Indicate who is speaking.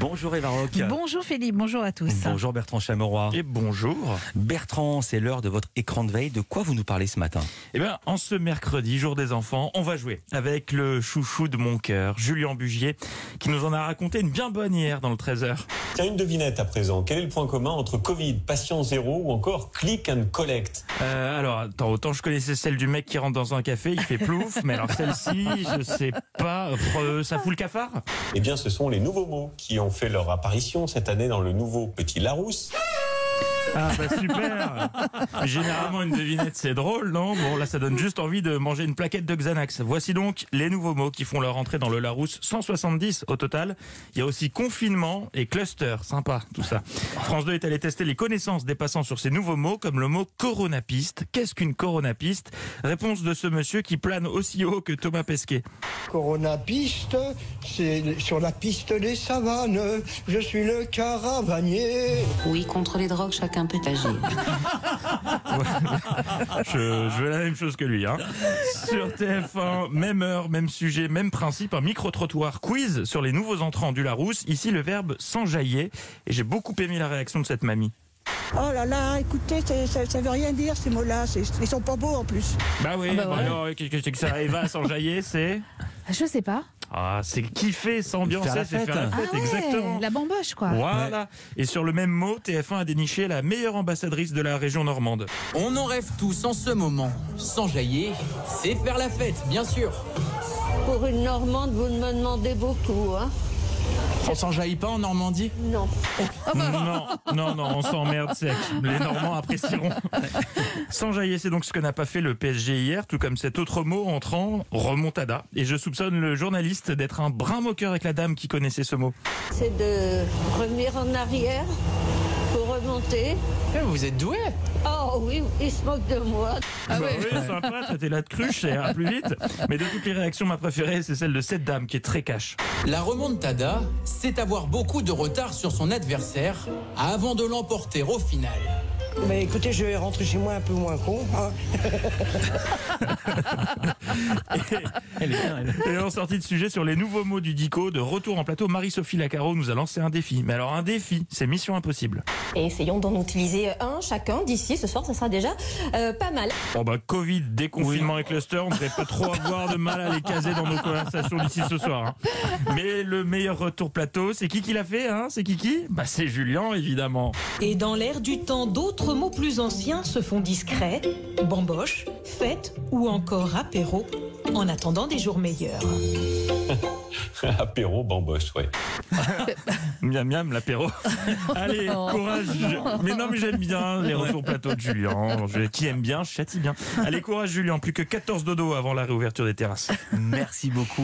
Speaker 1: Bonjour Eva Rock.
Speaker 2: Bonjour Philippe, bonjour à tous.
Speaker 1: Bonjour Bertrand Chamorroy.
Speaker 3: Et bonjour.
Speaker 1: Bertrand, c'est l'heure de votre écran de veille. De quoi vous nous parlez ce matin
Speaker 3: Eh bien, en ce mercredi, jour des enfants, on va jouer avec le chouchou de mon cœur, Julien Bugier, qui nous en a raconté une bien bonne hier dans le 13h.
Speaker 4: Tiens, une devinette à présent. Quel est le point commun entre Covid, patient zéro ou encore click and collect
Speaker 3: Euh, alors, attends, autant je connaissais celle du mec qui rentre dans un café, il fait plouf, mais alors celle-ci, je sais pas, euh, ça fout le cafard
Speaker 4: Eh bien, ce sont les nouveaux mots qui ont fait leur apparition cette année dans le nouveau Petit Larousse.
Speaker 3: Ah bah super Généralement une devinette c'est drôle, non Bon là ça donne juste envie de manger une plaquette de Xanax. Voici donc les nouveaux mots qui font leur entrée dans le Larousse, 170 au total. Il y a aussi confinement et cluster, sympa tout ça. France 2 est allé tester les connaissances des passants sur ces nouveaux mots comme le mot coronapiste. Qu'est-ce qu'une coronapiste Réponse de ce monsieur qui plane aussi haut que Thomas Pesquet.
Speaker 5: Corona piste, c'est sur la piste des savanes, je suis le caravanier.
Speaker 6: Oui, contre les drogues, chacun peut agir.
Speaker 3: Je, je veux la même chose que lui. Hein. Sur TF1, même heure, même sujet, même principe, un micro-trottoir quiz sur les nouveaux entrants du Larousse. Ici, le verbe s'enjailler. Et j'ai beaucoup aimé la réaction de cette mamie.
Speaker 7: Oh là là, écoutez, c'est- ça, ça veut rien dire ces mots-là, c'est- ils sont pas beaux en plus.
Speaker 3: Bah oui, bah alors, qu'est-ce que c'est que ça Eva, s'enjailler, c'est
Speaker 2: Je sais pas.
Speaker 3: Ah, c'est kiffer,
Speaker 1: Faire la
Speaker 3: s'ambiancer, c'est
Speaker 1: fête.
Speaker 3: faire la
Speaker 2: Ah
Speaker 3: fête,
Speaker 2: ouais,
Speaker 3: exactement.
Speaker 2: la bamboche quoi.
Speaker 3: Voilà. Et sur le même mot, TF1 a déniché la meilleure ambassadrice de la région normande.
Speaker 8: On en rêve tous en ce moment. Sans jaillir, c'est faire la fête, bien sûr.
Speaker 9: Pour une Normande, vous me demandez beaucoup, hein
Speaker 8: On s'en jaillit pas en Normandie
Speaker 9: Non.
Speaker 3: Non, non, non, on s'emmerde sec. Les Normands apprécieront. Sans jaillir, c'est donc ce que n'a pas fait le PSG hier, tout comme cet autre mot entrant, remontada. Et je soupçonne le journaliste d'être un brin moqueur avec la dame qui connaissait ce mot.
Speaker 9: C'est de revenir en arrière pour remonter.
Speaker 8: Eh, Vous êtes doué
Speaker 9: Oh oui, il se moque de moi.
Speaker 3: Bah oui, sympa, traiter la de cruche, ça ira plus vite. Mais de toutes les réactions, ma préférée, c'est celle de cette dame qui est très cash.
Speaker 8: La remontada, c'est avoir beaucoup de retard sur son adversaire avant de l'emporter au final.
Speaker 7: Mais écoutez, je vais rentrer chez moi un peu moins con. hein.
Speaker 3: Et en sortie de sujet sur les nouveaux mots du Dico, de retour en plateau, Marie-Sophie Lacaro nous a lancé un défi. Mais alors un défi, c'est mission impossible.
Speaker 10: Et essayons d'en utiliser un chacun d'ici ce soir, ça sera déjà euh, pas mal.
Speaker 3: Bon bah Covid, déconfinement et cluster, on ne devrait pas trop avoir de mal à les caser dans nos conversations d'ici ce soir. hein. Mais le meilleur retour plateau, c'est qui qui l'a fait hein C'est qui qui Bah c'est Julien évidemment.
Speaker 11: Et dans l'air du temps, d'autres mots plus anciens se font discrets, bamboche, fête ou encore apéro, en attendant des jours meilleurs.
Speaker 4: Apéro bamboche, ouais.
Speaker 3: Miam miam l'apéro. Allez, courage. Mais non mais j'aime bien les retours plateau de Julien. Je- Qui aime bien, châtie bien. Allez, courage Julien, plus que 14 dodo avant la réouverture des terrasses.
Speaker 1: Merci beaucoup.